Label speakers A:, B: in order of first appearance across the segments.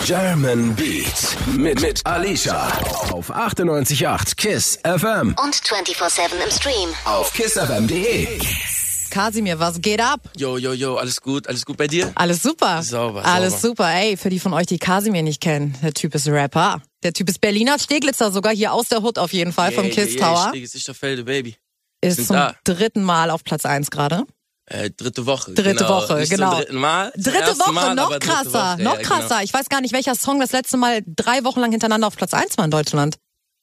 A: German Beats mit, mit Alicia auf 98.8 KISS FM
B: und 24-7 im Stream.
A: auf kissfm.de.
C: Kasimir, was geht ab?
D: Jo, jo, jo, alles gut, alles gut bei dir?
C: Alles super.
D: Sauber,
C: Alles
D: sauber.
C: super. Ey, für die von euch, die Kasimir nicht kennen, der Typ ist Rapper. Der Typ ist Berliner Steglitzer, sogar hier aus der Hood auf jeden Fall Äh, vom Kiss Tower.
D: Yeah, yeah, Sichterfelde, Baby.
C: ist
D: sind
C: zum
D: da.
C: dritten Mal auf Platz eins gerade.
D: Äh, dritte Woche.
C: Dritte
D: genau.
C: Woche,
D: Nicht
C: genau.
D: Zum dritten Mal. zum
C: Dritte
D: ersten
C: Woche,
D: Mal,
C: noch
D: aber dritte
C: krasser,
D: Woche,
C: noch
D: ja, genau.
C: krasser. Ich weiß gar nicht, welcher Song das letzte Mal drei Wochen lang hintereinander auf Platz eins war in Deutschland.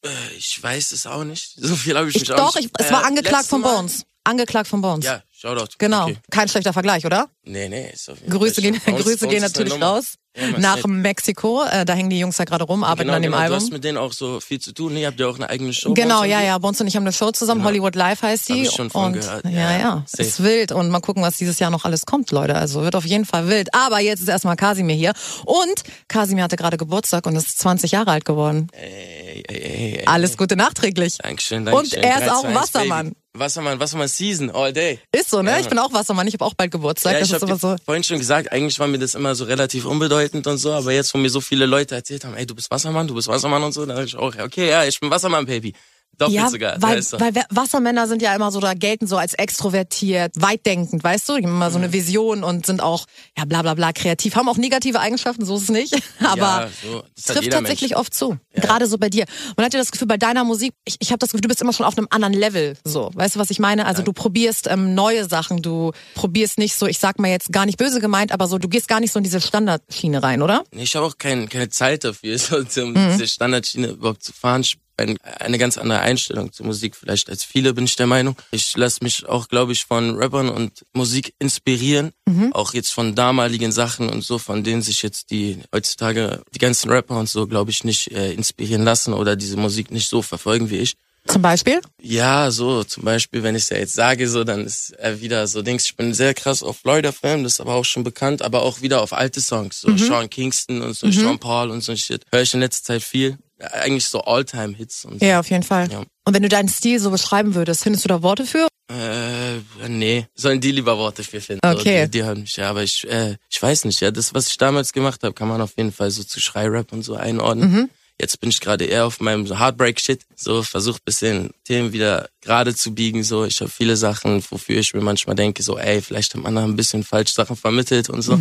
D: Genau. Ich weiß es auch nicht. So viel habe ich,
C: Ich,
D: mich auch
C: doch, ich,
D: nicht.
C: es war
D: Äh,
C: angeklagt
D: letztes
C: von
D: Mal-
C: Bones. Angeklagt von Bones.
D: Ja, Shoutout.
C: Genau.
D: Okay.
C: Kein schlechter Vergleich, oder?
D: Nee, nee. Ist auf jeden
C: Grüße
D: Fall
C: gehen,
D: schon. Bones-
C: Grüße
D: Bones
C: gehen
D: ist eine
C: natürlich
D: Nummer.
C: raus.
D: Ja, man,
C: Nach
D: safe.
C: Mexiko. Äh, da hängen die Jungs da gerade rum, arbeiten
D: Genau,
C: an dem
D: genau. Du
C: Album.
D: hast mit denen auch so viel zu tun. ne? Ihr habt ja auch eine eigene Show.
C: Genau,
D: Bones und
C: ja,
D: so.
C: ja. Bones und ich haben eine Show zusammen. Hollywood Live heißt die.
D: Hab ich schon von
C: und,
D: gehört.
C: Ja, ja.
D: Ja, safe.
C: Ist wild. Und mal gucken, was dieses Jahr noch alles kommt, Leute. Also wird auf jeden Fall wild. Aber jetzt ist erstmal Kasimir hier. Und Kasimir hatte gerade Geburtstag und ist 20 Jahre alt geworden.
D: Ey, ey, ey, ey.
C: Alles Gute nachträglich.
D: Dankeschön,
C: Und
D: Dankeschön.
C: er ist auch
D: 3, 2, 1,
C: Wassermann.
D: Baby. Wassermann, Wassermann Season, all day.
C: Ist so, ne?
D: Ja,
C: ich bin auch Wassermann. Ich habe auch bald Geburtstag.
D: Ja,
C: das
D: ich
C: ist
D: habe
C: immer so.
D: vorhin schon gesagt, eigentlich war mir das immer so relativ unbedeutend und so, aber jetzt, wo mir so viele Leute erzählt haben, ey, du bist Wassermann, du bist Wassermann und so, dann dachte ich auch, ja, okay, ja, ich bin Wassermann, Baby. Doppelt
C: Ja,
D: sogar. da
C: weil,
D: ist er.
C: weil wir- Wassermänner sind ja immer so, da gelten so als extrovertiert, weitdenkend, weißt du? Die haben immer so
D: Mhm.
C: eine Vision und sind auch, ja, bla bla bla, kreativ, haben auch negative Eigenschaften, so ist es nicht. Aber
D: ja, so, das hat
C: trifft
D: jeder
C: tatsächlich
D: Mensch.
C: oft zu. Gerade so bei dir. Man hat ja das Gefühl, bei deiner Musik, ich, ich habe das Gefühl, du bist immer schon auf einem anderen Level. So, weißt du, was ich meine? Also du probierst ähm, neue Sachen, du probierst nicht so, ich sag mal jetzt gar nicht böse gemeint, aber so, du gehst gar nicht so in diese Standardschiene rein, oder?
D: Nee, Ich habe auch kein, keine Zeit dafür, so, um diese Standardschiene überhaupt zu fahren. Ich hab ein- eine ganz andere Einstellung zur Musik vielleicht als viele, bin ich der Meinung. Ich lasse mich auch, glaube ich, von Rappern und Musik inspirieren. Auch jetzt von damaligen Sachen und so, von denen sich jetzt die heutzutage die ganzen Rapper und so, glaube ich, nicht äh, inspirieren lassen oder diese Musik nicht so verfolgen wie ich.
C: Zum Beispiel?
D: Ja, so zum Beispiel, wenn ich ja jetzt sage, so dann ist er wieder so Dings. Ich bin sehr krass auf Florida Film, das ist aber auch schon bekannt, aber auch wieder auf alte Songs, so Sean Kingston und so Sean Paul und so ein Shit. Höre ich in letzter Zeit viel, Ja, eigentlich so Alltime Hits und so.
C: Ja, auf jeden Fall.
D: Ja.
C: Und wenn du deinen Stil so beschreiben würdest, findest du da Worte für?
D: Äh, nee, sollen die lieber Worte für finden.
C: Okay.
D: So, die, die hören mich, ja, aber ich, äh, ich weiß nicht, ja, das, was ich damals gemacht habe, kann man auf jeden Fall so zu Schrei-Rap und so einordnen. Jetzt bin ich gerade eher auf meinem so Heartbreak-Shit, so versucht bisschen Themen wieder gerade zu biegen, so. Ich habe viele Sachen, wofür ich mir manchmal denke, so, ey, vielleicht hat man da ein bisschen falsch Sachen vermittelt und so.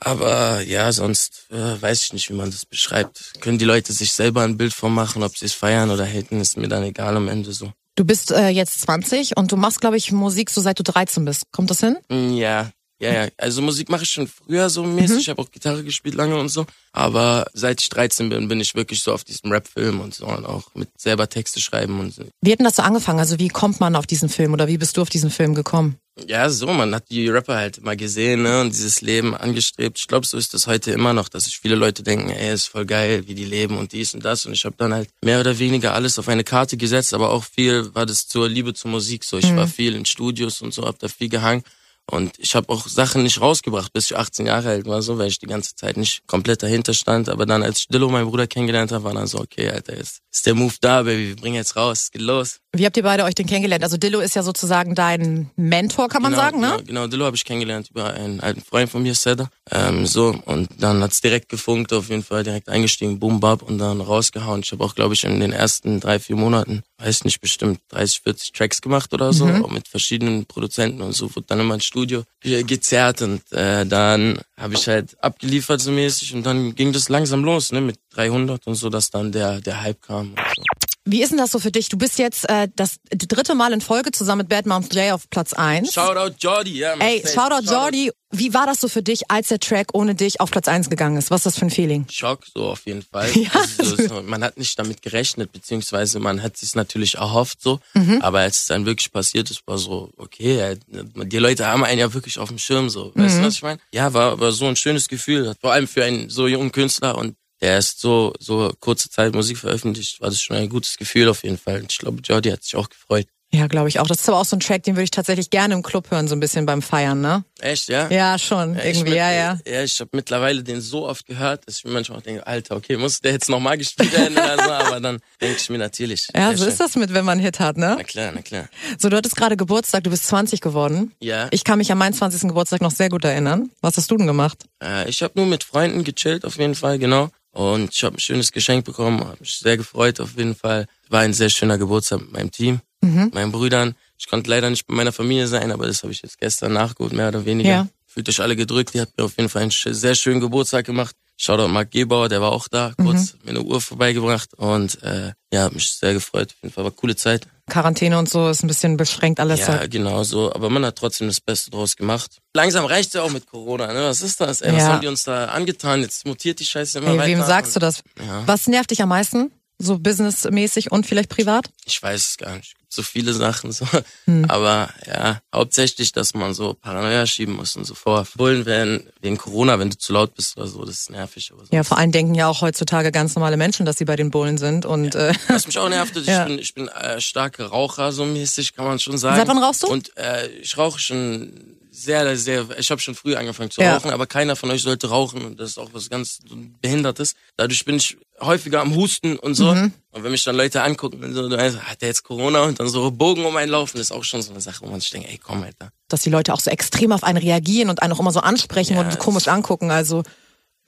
D: Aber ja, sonst äh, weiß ich nicht, wie man das beschreibt. Können die Leute sich selber ein Bild von machen, ob sie es feiern oder haten, ist mir dann egal am Ende so.
C: Du bist äh, jetzt 20 und du machst, glaube ich, Musik so seit du 13 bist. Kommt das hin?
D: Mm, Ja, ja, ja. Also Musik mache ich schon früher so mäßig. Ich habe auch Gitarre gespielt lange und so. Aber seit ich 13 bin, bin ich wirklich so auf diesem Rap-Film und so und auch mit selber Texte schreiben und so.
C: Wie hat denn das so angefangen? Also wie kommt man auf diesen Film oder wie bist du auf diesen Film gekommen?
D: Ja, so, man hat die Rapper halt immer gesehen, ne, und dieses Leben angestrebt. Ich glaube, so ist das heute immer noch, dass sich viele Leute denken, ey, ist voll geil, wie die leben und dies und das. Und ich habe dann halt mehr oder weniger alles auf eine Karte gesetzt, aber auch viel war das zur Liebe zur Musik so. Ich war viel in Studios und so, hab da viel gehangen. Und ich habe auch Sachen nicht rausgebracht, bis ich 18 Jahre alt war, so, weil ich die ganze Zeit nicht komplett dahinter stand. Aber dann, als ich Dillo, meinen Bruder, kennengelernt habe, war dann so, okay, Alter, jetzt ist der Move da, Baby, wir bringen jetzt raus, geht los.
C: Wie habt ihr beide euch denn kennengelernt? Also Dillo ist ja sozusagen dein Mentor, kann man
D: genau,
C: sagen, ne?
D: Genau, genau Dillo habe ich kennengelernt über einen alten Freund von mir, Seda. Ähm, so, und dann hat's direkt gefunkt, auf jeden Fall direkt eingestiegen, boom, bab, und dann rausgehauen. Ich habe auch, glaube ich, in den ersten drei, vier Monaten, weiß nicht, bestimmt 30, 40 Tracks gemacht oder so,
C: Mhm.
D: auch mit verschiedenen Produzenten und so, wurde dann immer ins Studio ge- gezerrt und äh, dann habe ich halt abgeliefert so mäßig und dann ging das langsam los, ne, mit 300 und so, dass dann der, der Hype kam und so.
C: Wie ist denn das so für dich? Du bist jetzt äh, das dritte Mal in Folge zusammen mit Bad Moms J auf Platz 1.
D: Shoutout Jordi, ja. man,
C: Ey,
D: safe.
C: Shoutout Jordi, wie war das so für dich, als der Track ohne dich auf Platz 1 gegangen ist? Was ist das für ein Feeling?
D: Schock, so auf jeden Fall.
C: Ja.
D: Also, so, man hat nicht damit gerechnet, beziehungsweise man hat sich natürlich erhofft, so. Aber als es dann wirklich passiert ist, war so, okay, äh, die Leute haben einen ja wirklich auf dem Schirm, so. Weißt du, was ich meine? Ja, war, war so ein schönes Gefühl, vor allem für einen so jungen Künstler und der erst so, so kurze Zeit Musik veröffentlicht, war das schon ein gutes Gefühl auf jeden Fall. Und ich glaube, Jordi hat sich auch gefreut.
C: Ja, glaube ich auch. Das ist aber auch so ein Track, den würde ich tatsächlich gerne im Club hören, so ein bisschen beim Feiern, ne?
D: Echt, ja?
C: Ja, schon.
D: ich äh,
C: irgendwie,
D: mit-
C: ja, ja.
D: Ja, ich habe mittlerweile den so oft gehört, dass ich mir manchmal auch denke, Alter, okay, muss der jetzt nochmal gespielt werden oder so, aber dann denke ich mir natürlich.
C: Ja,
D: sehr
C: so
D: schön.
C: ist das mit, wenn man einen Hit hat, ne?
D: Na klar, na klar.
C: So, du hattest gerade Geburtstag, du bist 20 geworden.
D: Ja.
C: Ich kann mich an meinen 20. Geburtstag noch sehr gut erinnern. Was hast du denn gemacht?
D: Äh, ich habe nur mit Freunden gechillt, auf jeden Fall, genau. Und ich habe ein schönes Geschenk bekommen, habe mich sehr gefreut, auf jeden Fall. War ein sehr schöner Geburtstag mit meinem Team, meinen Brüdern. Ich konnte leider nicht bei meiner Familie sein, aber das habe ich jetzt gestern nachgeholt, mehr oder weniger.
C: Ja.
D: Fühlt euch alle gedrückt, ihr habt mir auf jeden Fall einen sch- sehr schönen Geburtstag gemacht. Shoutout Marc Gebauer, der war auch da, kurz mir eine Uhr vorbeigebracht und äh, ja, hab mich sehr gefreut. Auf jeden Fall war eine coole Zeit.
C: Quarantäne und so ist ein bisschen beschränkt alles. so.
D: Ja, genau so. Aber man hat trotzdem das Beste draus gemacht. Langsam reicht's ja auch mit Corona, ne? Was ist das? Ey, was
C: Ja.
D: haben die uns da angetan? Jetzt mutiert die Scheiße immer
C: Ey,
D: weiter.
C: wem sagst du das?
D: Ja.
C: Was nervt dich am meisten? So businessmäßig und vielleicht privat?
D: Ich weiß es gar nicht. So viele Sachen so.
C: Hm.
D: Aber ja, hauptsächlich, dass man so Paranoia schieben muss und so vor. Bullen werden wegen Corona, wenn du zu laut bist oder so, das ist nervig. Aber so.
C: Ja, vor allem denken ja auch heutzutage ganz normale Menschen, dass sie bei den Bullen sind. Und äh,
D: Was mich auch nervt, ist,
C: Ja.
D: ich bin, ich bin äh, starker Raucher, so mäßig kann man schon sagen.
C: Seit wann rauchst du?
D: Und äh, ich rauche schon sehr, sehr, ich habe schon früh angefangen zu
C: Ja.
D: rauchen, aber keiner von euch sollte rauchen und das ist auch was ganz Behindertes. Dadurch bin ich häufiger am Husten und so.
C: Mhm.
D: Und wenn mich dann Leute angucken und so, du weißt, hat der jetzt Corona und dann so Bogen um einen laufen, das ist auch schon so eine Sache, wo man sich denkt, ey komm, Alter.
C: dass die Leute auch so extrem auf einen reagieren und einen auch immer so ansprechen
D: Ja,
C: und komisch angucken. Also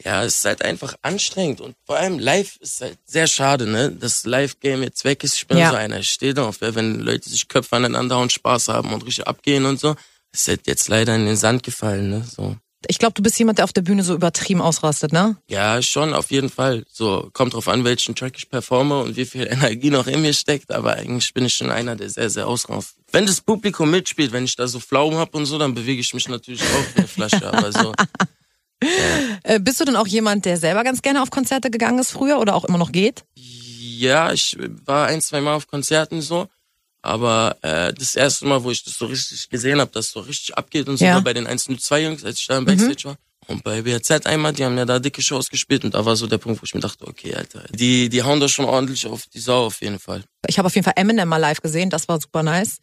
D: Ja, es ist halt einfach anstrengend und vor allem live ist halt sehr schade, ne? Das Live-Game jetzt weg ist. Ich bin
C: Ja.
D: so einer, ich stehe darauf, ja, wenn Leute sich Köpfe aneinander und Spaß haben und richtig abgehen und so. Ist halt jetzt leider in den Sand gefallen, ne? So.
C: ich glaube, du bist jemand, der auf der Bühne so übertrieben ausrastet, ne?
D: Ja, schon, auf jeden Fall. So, kommt drauf an, welchen Track ich performe und wie viel Energie noch in mir steckt, aber eigentlich bin ich schon einer, der sehr, sehr ausrauft. Wenn das Publikum mitspielt, wenn ich da so Pflaumen hab und so, dann bewege ich mich natürlich auch wie eine Flasche, aber so.
C: Äh, bist du denn auch jemand, der selber ganz gerne auf Konzerte gegangen ist früher oder auch immer noch geht?
D: Ja, ich war ein, zwei Mal auf Konzerten so. Aber äh, das erste Mal, wo ich das so richtig gesehen habe, dass es so richtig abgeht und so,
C: Ja. Mhm.
D: war bei den 102 Jungs, als ich da im Backstage war. Und bei BRZ einmal, die haben ja da dicke Shows gespielt und da war so der Punkt, wo ich mir dachte, okay, Alter, die, die hauen doch schon ordentlich auf die Sau auf jeden Fall.
C: Ich habe auf jeden Fall Eminem mal live gesehen, das war super nice.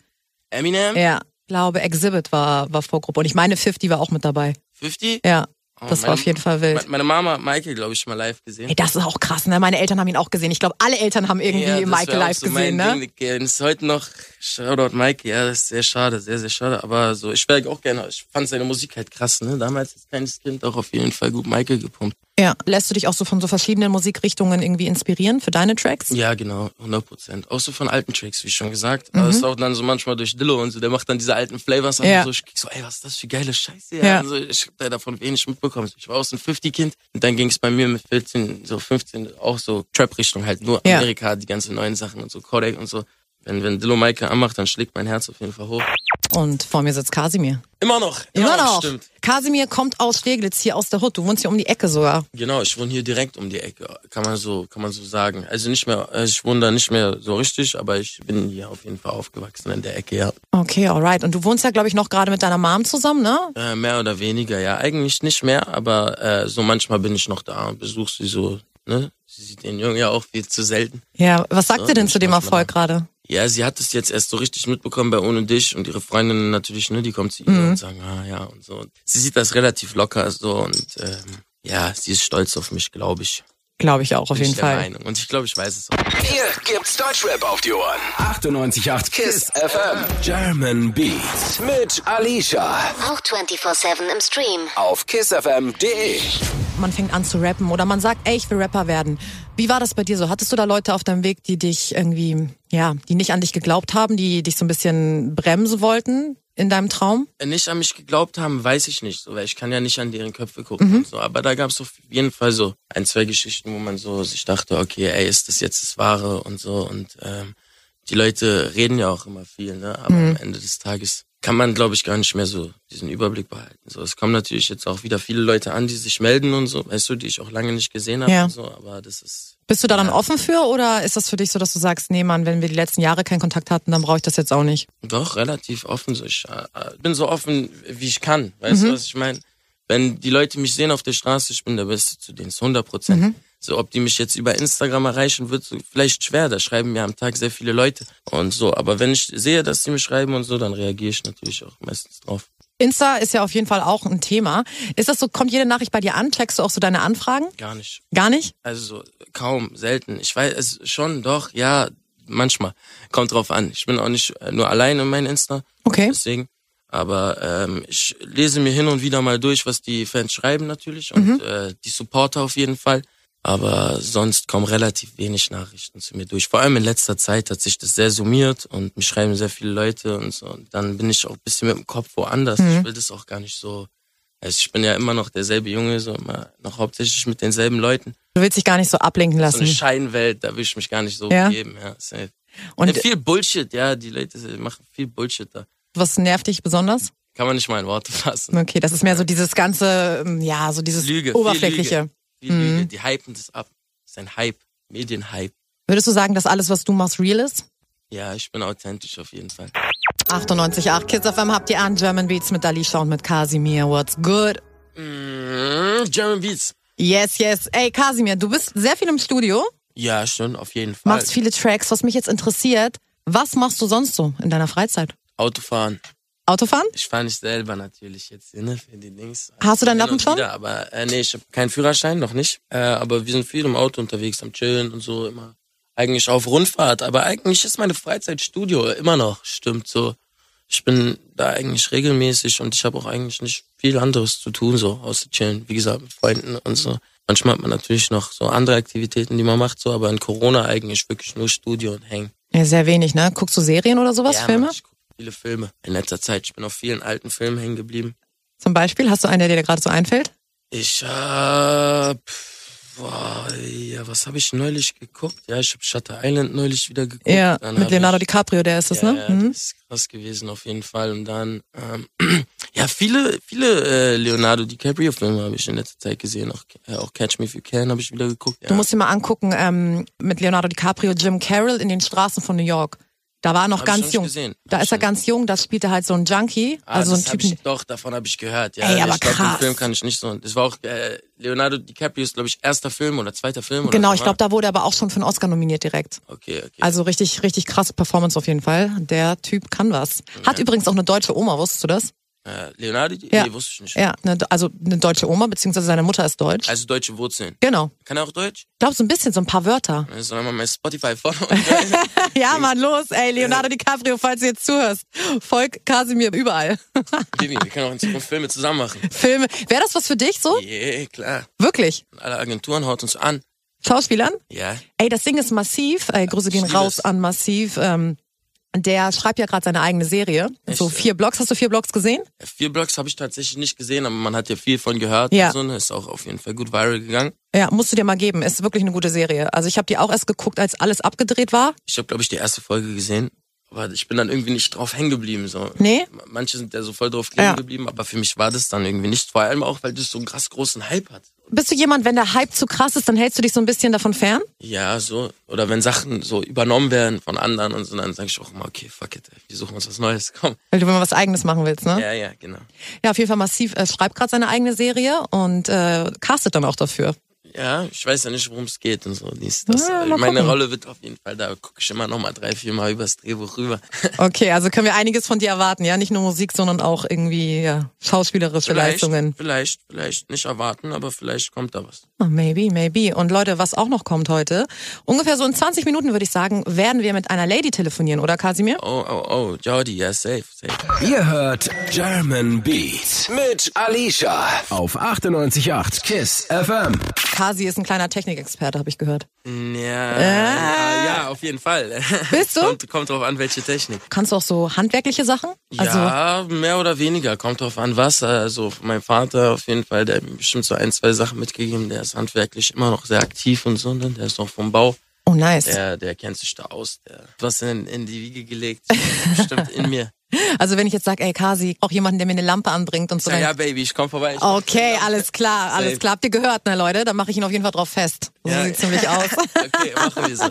D: Eminem,
C: Ja, ich glaube, Exhibit war, war Vorgruppe und ich meine, 50 war auch mit dabei.
D: 50?
C: Ja,
D: Oh,
C: das war
D: meine-
C: auf jeden Fall wild.
D: Me- Meine Mama hat Michael, glaube ich, mal live gesehen.
C: Ey, das ist auch krass, ne? Meine Eltern haben ihn auch gesehen. Ich glaube, alle Eltern haben irgendwie
D: das
C: Michael
D: wär auch
C: live
D: so
C: gesehen,
D: mein
C: ne?
D: Ding. Das ist heute noch, Shoutout Mike, ja, das ist sehr schade, sehr, sehr schade. Aber so, ich wäre auch gerne, ich fand seine Musik halt krass, ne? Damals als kleines Kind auch auf jeden Fall gut Michael gepumpt.
C: Ja. Lässt du dich auch so von so verschiedenen Musikrichtungen irgendwie inspirieren für deine Tracks?
D: Ja, genau, 100 Prozent. Auch so von alten Tracks, wie schon gesagt. Aber es ist auch dann so manchmal durch Dillo und so, der macht dann diese alten Flavors an
C: Mhm. Ja.
D: und so. Ich krieg so, ey, was ist das für geile Scheiße, ja.
C: Ja.
D: Und so, ich hab da davon wenig mitbekommen. Ich war auch so ein 50-Kind und dann ging es bei mir mit 14, so 15 auch so Trap-Richtung halt. Nur
C: Ja.
D: Amerika, die ganzen neuen Sachen und so, Kodak und so. Wenn, wenn Dillo Maike anmacht, dann schlägt mein Herz auf jeden Fall hoch.
C: Und vor mir sitzt Kasimir.
D: Immer noch.
C: Immer noch.
D: Stimmt.
C: Kasimir kommt aus Steglitz, hier aus der Hut. Du wohnst hier um die Ecke sogar.
D: Genau, ich wohne hier direkt um die Ecke, kann man so, kann man so sagen. Also nicht mehr, äh, ich wohne da nicht mehr so richtig, aber ich bin hier auf jeden Fall aufgewachsen in der Ecke, ja.
C: Okay, alright. Und du wohnst ja, glaube ich, noch gerade mit deiner Mom zusammen, ne?
D: Äh, mehr oder weniger, ja. Eigentlich nicht mehr, aber äh, so manchmal bin ich noch da und besuche sie so, ne? Sie sieht den Jungen ja auch viel zu selten.
C: Ja. Was sagt
D: So,
C: ihr denn
D: ich genau.
C: zu dem
D: mach's mal.
C: Erfolg gerade?
D: Ja, sie hat es jetzt erst so richtig mitbekommen bei Ohne dich und ihre Freundinnen natürlich, ne, die kommen zu ihr
C: Mhm.
D: und sagen, ah ja und so. Und sie sieht das relativ locker so und ähm, ja, sie ist stolz auf mich, glaube ich.
C: Glaube ich auch, auf
D: Bin
C: jeden
D: ich der
C: Fall.
D: Meinung. Und ich glaube, ich weiß es auch.
A: Hier gibt's Deutschrap auf die Ohren. 98.8 KISS FM. German Beats. Mit Alicia.
B: Auch 24-7 im Stream.
A: Auf kissfm.de.
C: Man fängt an zu rappen oder man sagt, ey, ich will Rapper werden. Wie war das bei dir so? Hattest du da Leute auf deinem Weg, die dich irgendwie, ja, die nicht an dich geglaubt haben, die dich so ein bisschen bremsen wollten in deinem Traum?
D: nicht an mich geglaubt haben, weiß ich nicht, so, weil ich kann ja nicht an deren Köpfe gucken und so. Aber da gab es auf jeden Fall so ein, zwei Geschichten, wo man so sich dachte, okay, ey, ist das jetzt das Wahre und so. Und ähm, die Leute reden ja auch immer viel, ne? Aber am Ende des Tages kann man, glaube ich, gar nicht mehr so diesen Überblick behalten. So, es kommen natürlich jetzt auch wieder viele Leute an, die sich melden und so, weißt du, die ich auch lange nicht gesehen habe
C: Ja.
D: und so, aber das ist
C: Bist du da dann offen für oder ist das für dich so, dass du sagst, nee, Mann, wenn wir die letzten Jahre keinen Kontakt hatten, dann brauche ich das jetzt auch nicht?
D: Doch, relativ offen. So ich äh, äh, bin so offen, wie ich kann. Weißt du, was ich meine? Wenn die Leute mich sehen auf der Straße, ich bin der Beste zu denen, zu 100 Prozent. So, ob die mich jetzt über Instagram erreichen, wird so vielleicht schwer. Da schreiben mir am Tag sehr viele Leute und so. Aber wenn ich sehe, dass sie mir schreiben und so, dann reagiere ich natürlich auch meistens drauf.
C: Insta ist ja auf jeden Fall auch ein Thema. Ist das so, kommt jede Nachricht bei dir an? Checkst du auch so deine Anfragen?
D: Gar nicht.
C: Gar nicht?
D: Also so, kaum, selten. Ich weiß es schon, doch, ja, manchmal. Kommt drauf an. Ich bin auch nicht äh, nur allein in meinem Insta.
C: Okay.
D: Deswegen. Aber ähm, ich lese mir hin und wieder mal durch, was die Fans schreiben natürlich und äh, die Supporter auf jeden Fall. Aber sonst kommen relativ wenig Nachrichten zu mir durch. Vor allem in letzter Zeit hat sich das sehr summiert und mich schreiben sehr viele Leute und so. Und dann bin ich auch ein bisschen mit dem Kopf woanders. Ich will das auch gar nicht so. Also ich bin ja immer noch derselbe Junge, so immer noch hauptsächlich mit denselben Leuten.
C: Du willst dich gar nicht so ablenken
D: So eine
C: lassen.
D: Scheinwelt, da will ich mich gar nicht so
C: Ja.
D: geben. Ja, safe.
C: Und
D: ja, viel Bullshit, ja, die Leute machen viel Bullshit da.
C: was nervt dich besonders?
D: Kann man nicht mal in Worte fassen.
C: Okay, das ist mehr so dieses ganze, ähm, ja, so dieses
D: Lüge, viel
C: oberflächliche. Mhm.
D: Lüge. Die Lüge, die hypen das ab. Das ist ein Hype, Medienhype.
C: Würdest du sagen, dass alles, was du machst, real ist?
D: Ja, ich bin authentisch auf jeden Fall.
C: 98.8 Kids FM habt ihr an. German Beats mit Alicia und mit Kasimir. What's good?
D: Mm, German Beats.
C: Yes, yes. Ey, Kasimir, du bist sehr viel im Studio,
D: Ja, schon, auf jeden Fall.
C: machst viele Tracks. Was mich jetzt interessiert, was machst du sonst so in deiner Freizeit?
D: Autofahren.
C: Autofahren?
D: Ich fahre nicht selber natürlich jetzt, ne, für die Dings.
C: Hast du deinen
D: Hin und
C: Lappen schon?
D: Wieder, aber äh, nee, ich habe keinen Führerschein, noch nicht. Äh, aber wir sind viel im Auto unterwegs, am Chillen und so immer. Eigentlich auf Rundfahrt, aber eigentlich ist meine Freizeit Studio immer noch, stimmt so. Ich bin da eigentlich regelmäßig und ich habe auch eigentlich nicht viel anderes zu tun, so außer chillen, wie gesagt, mit Freunden und so. Manchmal hat man natürlich noch so andere Aktivitäten, die man macht, so, aber in Corona eigentlich wirklich nur Studio und hängen.
C: Ja, sehr wenig, ne? Guckst du Serien oder sowas,
D: Ja,
C: Filme?
D: Mann, ich guck viele Filme. In letzter Zeit, ich bin auf vielen alten Filmen hängen geblieben.
C: Zum Beispiel, hast du einen, der dir gerade so einfällt?
D: Ich hab. Boah, ja, was habe ich neulich geguckt? Ja, ich habe Shutter Island neulich wieder geguckt.
C: Ja,
D: Dann hab
C: mit Leonardo
D: ich,
C: DiCaprio, der ist das,
D: ja,
C: ne?
D: Ja,
C: Mhm.
D: das ist krass gewesen auf jeden Fall. Und dann, ähm, ja, viele, viele äh, Leonardo DiCaprio-Filme habe ich in letzter Zeit gesehen. Auch, äh, auch Catch Me If You Can habe ich wieder geguckt. Ja.
C: Du musst dir mal angucken, ähm, mit Leonardo DiCaprio, Jim Carroll in den Straßen von New York. Da war er noch
D: Hab ich noch
C: ganz
D: nicht
C: jung.
D: gesehen.
C: Da
D: Hab
C: ist
D: ich
C: er
D: noch
C: ganz jung, da spielt er halt so einen Junkie,
D: Ah,
C: also einen
D: das hab
C: Typen.
D: Ich, doch, davon habe ich gehört. Ja,
C: Ey, aber
D: ich glaub,
C: krass.
D: Den Film kann ich nicht so. Das war auch äh, Leonardo DiCaprio ist, glaube ich, erster Film oder zweiter Film. Oder
C: Genau,
D: so,
C: ich
D: ne?
C: glaube, da wurde er aber auch schon für einen Oscar nominiert direkt.
D: Okay, okay.
C: Also richtig, richtig krasse Performance auf jeden Fall. Der Typ kann was. Hat übrigens auch eine deutsche Oma, wusstest du das?
D: äh, Leonardo, Di-
C: Ja.
D: nee, wusste ich nicht.
C: Ja, eine, also eine deutsche Oma, beziehungsweise seine Mutter ist deutsch.
D: Also deutsche Wurzeln.
C: Genau.
D: Kann er auch Deutsch?
C: Ich glaube, so ein bisschen, so ein paar Wörter.
D: Dann soll er mal mein Spotify folgen.
C: Ja, Mann, los, ey, Leonardo DiCaprio, falls du jetzt zuhörst. Volk Kasimir überall.
D: Baby, wir können auch in Zukunft Filme zusammen machen.
C: Filme. Wäre das was für dich so?
D: Yeah, klar.
C: Wirklich?
D: Und alle Agenturen haut uns an.
C: Schauspielern?
D: Ja.
C: Ey, das Ding ist massiv. Ey, Grüße gehen
D: liebe
C: raus
D: es.
C: an massiv. Ähm, der schreibt ja gerade seine eigene Serie.
D: Echt,
C: so
D: ja?
C: vier Blogs. Hast du vier Blogs gesehen?
D: Vier Blogs habe ich tatsächlich nicht gesehen, aber man hat ja viel von gehört.
C: Ja.
D: Und so, ne? ist auch auf jeden Fall gut viral gegangen.
C: Ja, musst du dir mal geben. Ist wirklich eine gute Serie. Also ich habe die auch erst geguckt, als alles abgedreht war.
D: Ich habe, glaube ich, die erste Folge gesehen. Aber ich bin dann irgendwie nicht drauf hängen geblieben. So.
C: Nee?
D: Manche sind ja so voll drauf hängen
C: Ja.
D: geblieben, aber für mich war das dann irgendwie nicht. Vor allem auch, weil das so einen krass großen Hype hat.
C: Bist du jemand, wenn der Hype zu krass ist, dann hältst du dich so ein bisschen davon fern?
D: Ja, so. Oder wenn Sachen so übernommen werden von anderen und so, dann sage ich auch immer, okay, fuck it, ey, wir suchen uns was Neues, komm.
C: Weil du immer was Eigenes machen willst, ne? Ja,
D: Ja, ja, genau.
C: auf jeden Fall massiv. Er schreibt gerade seine eigene Serie und äh, castet dann auch dafür.
D: Ja, ich weiß ja nicht, worum es geht und so. Dies, das.
C: Ja, mal
D: Meine
C: gucken.
D: Rolle wird auf jeden Fall, da gucke ich immer noch mal drei, vier Mal übers Drehbuch rüber.
C: Okay, also können wir einiges von dir erwarten, ja? Nicht nur Musik, sondern auch irgendwie ja, schauspielerische Leistungen.
D: vielleicht, vielleicht nicht erwarten, aber vielleicht kommt da was.
C: Oh, maybe, maybe. Und Leute, was auch noch kommt heute, ungefähr so in 20 Minuten würde ich sagen, werden wir mit einer Lady telefonieren, oder Kasimir?
D: Oh, oh, oh, Jordi, ja, safe, safe.
A: Ihr hört German Beat mit Alicia auf 98.8 KISS FM.
C: Kasi ist ein kleiner Technikexperte, habe ich gehört.
D: Ja, ja, ja, auf jeden Fall.
C: Äh? Bist du?
D: Kommt, kommt drauf an, welche Technik.
C: Kannst du auch so handwerkliche Sachen? Also,
D: ja, mehr oder weniger. Kommt drauf an, was. Also mein Vater auf jeden Fall, der hat mir bestimmt so ein, zwei Sachen mitgegeben. Der ist handwerklich immer noch sehr aktiv und so. Ne? Der ist noch vom Bau.
C: oh nice.
D: Der, der kennt sich da aus. Der hat was in, in die Wiege gelegt. Bestimmt in mir.
C: Also wenn ich jetzt sage, ey Kasi, ich brauch jemanden, der mir eine Lampe anbringt und so.
D: Ja,
C: dann-
D: ja, Baby, ich komm vorbei. Ich
C: Oh. Okay, alles klar, alles
D: Safe.
C: klar. Habt ihr gehört, ne Leute? Da mache ich ihn auf jeden Fall drauf fest. So
D: Ja.
C: sieht's nämlich aus.
D: Okay, machen wir so.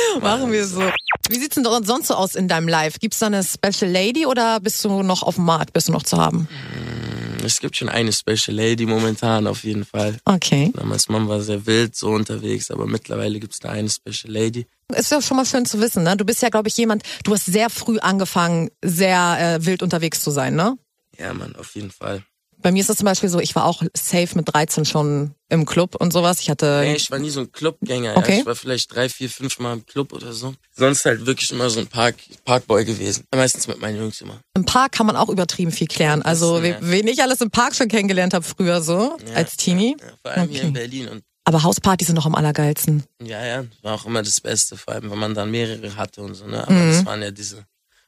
C: machen wir so. Wie sieht's denn dort sonst so aus in deinem Live? Gibt's da eine Special Lady oder bist du noch auf dem Markt? Bist du noch zu haben?
D: Ähm, Es gibt schon eine Special Lady momentan auf jeden Fall.
C: Okay.
D: Damals Mom war sehr wild so unterwegs, aber mittlerweile gibt's da eine Special Lady.
C: Ist ja schon mal schön zu wissen, ne? Du bist ja, glaube ich, jemand, du hast sehr früh angefangen, sehr äh, wild unterwegs zu sein, ne?
D: Ja, Mann, auf jeden Fall.
C: Bei mir ist das zum Beispiel so, ich war auch safe mit 13 schon im Club und sowas. Ich hatte.
D: Nee, ich war nie so ein Clubgänger.
C: Okay.
D: Ja. Ich war vielleicht drei, vier, fünf Mal im Club oder so. Sonst halt wirklich immer so ein Park, Parkboy gewesen. Meistens mit meinen Jungs immer.
C: Im Park kann man auch übertrieben viel klären. Also, we-
D: ja.
C: wen ich alles im Park schon kennengelernt habe früher so, als Teenie.
D: Ja, vor allem hier in Berlin. Und
C: Aber Hauspartys sind noch am allergeilsten.
D: ja, ja, war auch immer das Beste. Vor allem, wenn man dann mehrere hatte und so, ne. Aber
C: Mhm.
D: das waren ja diese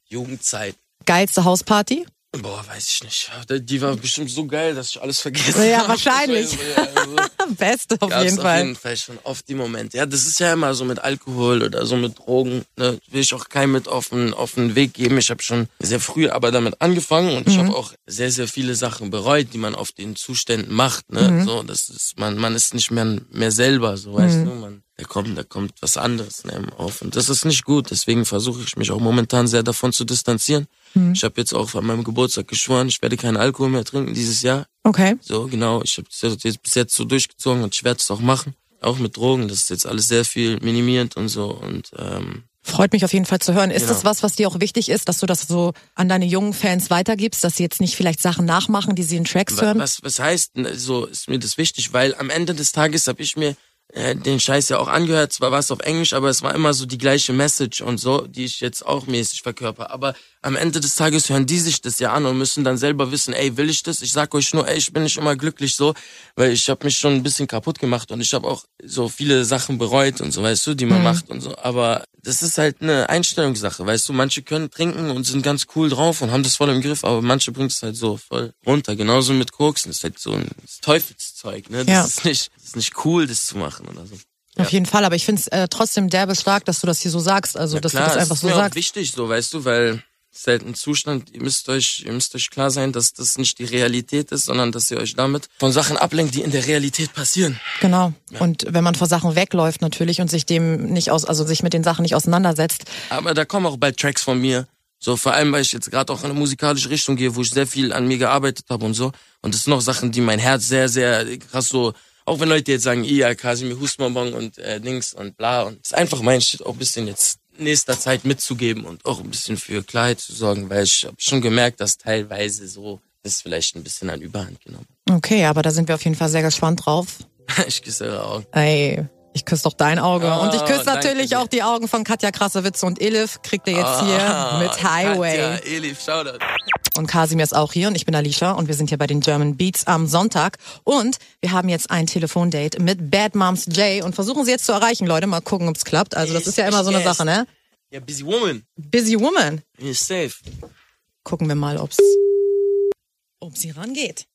D: Jugendzeit.
C: Geilste Hausparty?
D: Boah, weiß ich nicht. Die war bestimmt so geil, dass ich alles vergessen
C: Ja,
D: habe.
C: wahrscheinlich.
D: Ich weiß, ja, also-
C: Beste auf
D: Gab's
C: jeden
D: auf
C: Fall.
D: jeden Fall schon oft die Momente. Ja, das ist ja immer so mit Alkohol oder so mit Drogen. Ne, will ich auch keinem mit auf den, auf den Weg geben. Ich habe schon sehr früh aber damit angefangen und
C: Mhm.
D: ich habe auch sehr, sehr viele Sachen bereut, die man auf den Zuständen macht. Ne?
C: Mhm.
D: So, das ist, man, man ist nicht mehr, mehr selber, so weißt du. Man, da kommt, da kommt was anderes ne, auf. Und das ist nicht gut. Deswegen versuche ich mich auch momentan sehr davon zu distanzieren.
C: Mhm.
D: Ich habe jetzt auch an meinem Geburtstag geschworen, ich werde keinen Alkohol mehr trinken dieses Jahr.
C: Okay.
D: So, genau. Ich habe das jetzt bis jetzt so durchgezogen und ich werde es auch machen. Auch mit Drogen, das ist jetzt alles sehr viel minimiert und so. Und ähm,
C: Freut mich auf jeden Fall zu hören. Ist
D: Genau.
C: das was, was dir auch wichtig ist, dass du das so an deine jungen Fans weitergibst, dass sie jetzt nicht vielleicht Sachen nachmachen, die sie in Tracks
D: wa-
C: hören?
D: was, was heißt, denn, so ist mir das wichtig, weil am Ende des Tages habe ich mir äh, den Scheiß ja auch angehört. Zwar war es auf Englisch, aber es war immer so die gleiche Message und so, die ich jetzt auch mäßig verkörper. Aber am Ende des Tages hören die sich das ja an und müssen dann selber wissen, ey, will ich das? Ich sag euch nur, ey, ich bin nicht immer glücklich so, weil ich habe mich schon ein bisschen kaputt gemacht und ich habe auch so viele Sachen bereut und so, weißt du, die
C: Mhm.
D: man macht und so. Aber das ist halt eine Einstellungssache, weißt du. Manche können trinken und sind ganz cool drauf und haben das voll im Griff, aber manche bringt es halt so voll runter. Genauso mit Koksen, das ist halt so ein Teufelszeug, ne? Das
C: Ja.
D: ist nicht, das ist nicht cool, das zu machen oder so.
C: Auf jeden Fall, aber ich finde es äh, trotzdem derbe stark, dass du das hier so sagst, also dass
D: Klar,
C: du das
D: es
C: einfach
D: ist
C: so
D: mir
C: sagst.
D: Auch wichtig, so weißt du, weil es ist halt ein Zustand. Ihr müsst euch, ihr müsst euch klar sein, dass das nicht die Realität ist, sondern dass ihr euch damit von Sachen ablenkt, die in der Realität passieren.
C: Genau. Und wenn man vor Sachen wegläuft natürlich und sich dem nicht aus, also sich mit den Sachen nicht auseinandersetzt,
D: Aber da kommen auch bald Tracks von mir. So, vor allem, weil ich jetzt gerade auch in eine musikalische Richtung gehe, wo ich sehr viel an mir gearbeitet habe und so. Und das sind auch Sachen, die mein Herz sehr, sehr krass so, auch wenn Leute jetzt sagen, ja, Kasimir Husmanbong und äh, Dings und bla. Und es ist einfach mein Shit auch ein bisschen jetzt in nächster Zeit mitzugeben und auch ein bisschen für Klarheit zu sorgen, weil ich habe schon gemerkt, dass teilweise so das vielleicht ein bisschen an Überhand genommen.
C: okay, aber da sind wir auf jeden Fall sehr gespannt drauf.
D: ich küsse eure Augen.
C: Ey, ich küsse doch dein Auge.
D: Oh,
C: und ich küsse
D: danke
C: natürlich
D: dir.
C: auch die Augen von Katja Krassewitze und Elif, kriegt ihr jetzt hier
D: Ah,
C: mit Highway.
D: Ja, Elif, Shoutout.
C: Und Kasimir ist auch hier und ich bin Alicia und wir sind hier bei den German Beats am Sonntag. Und wir haben jetzt ein Telefondate mit Bad Moms J und versuchen sie jetzt zu erreichen, Leute. Mal gucken, ob's klappt. Also das
D: Ich-
C: ist ja immer
D: ich
C: so eine
D: guess.
C: Sache, ne?
D: Ja, Busy Woman.
C: Busy Woman.
D: You're safe.
C: Gucken wir mal, ob's, ob sie rangeht.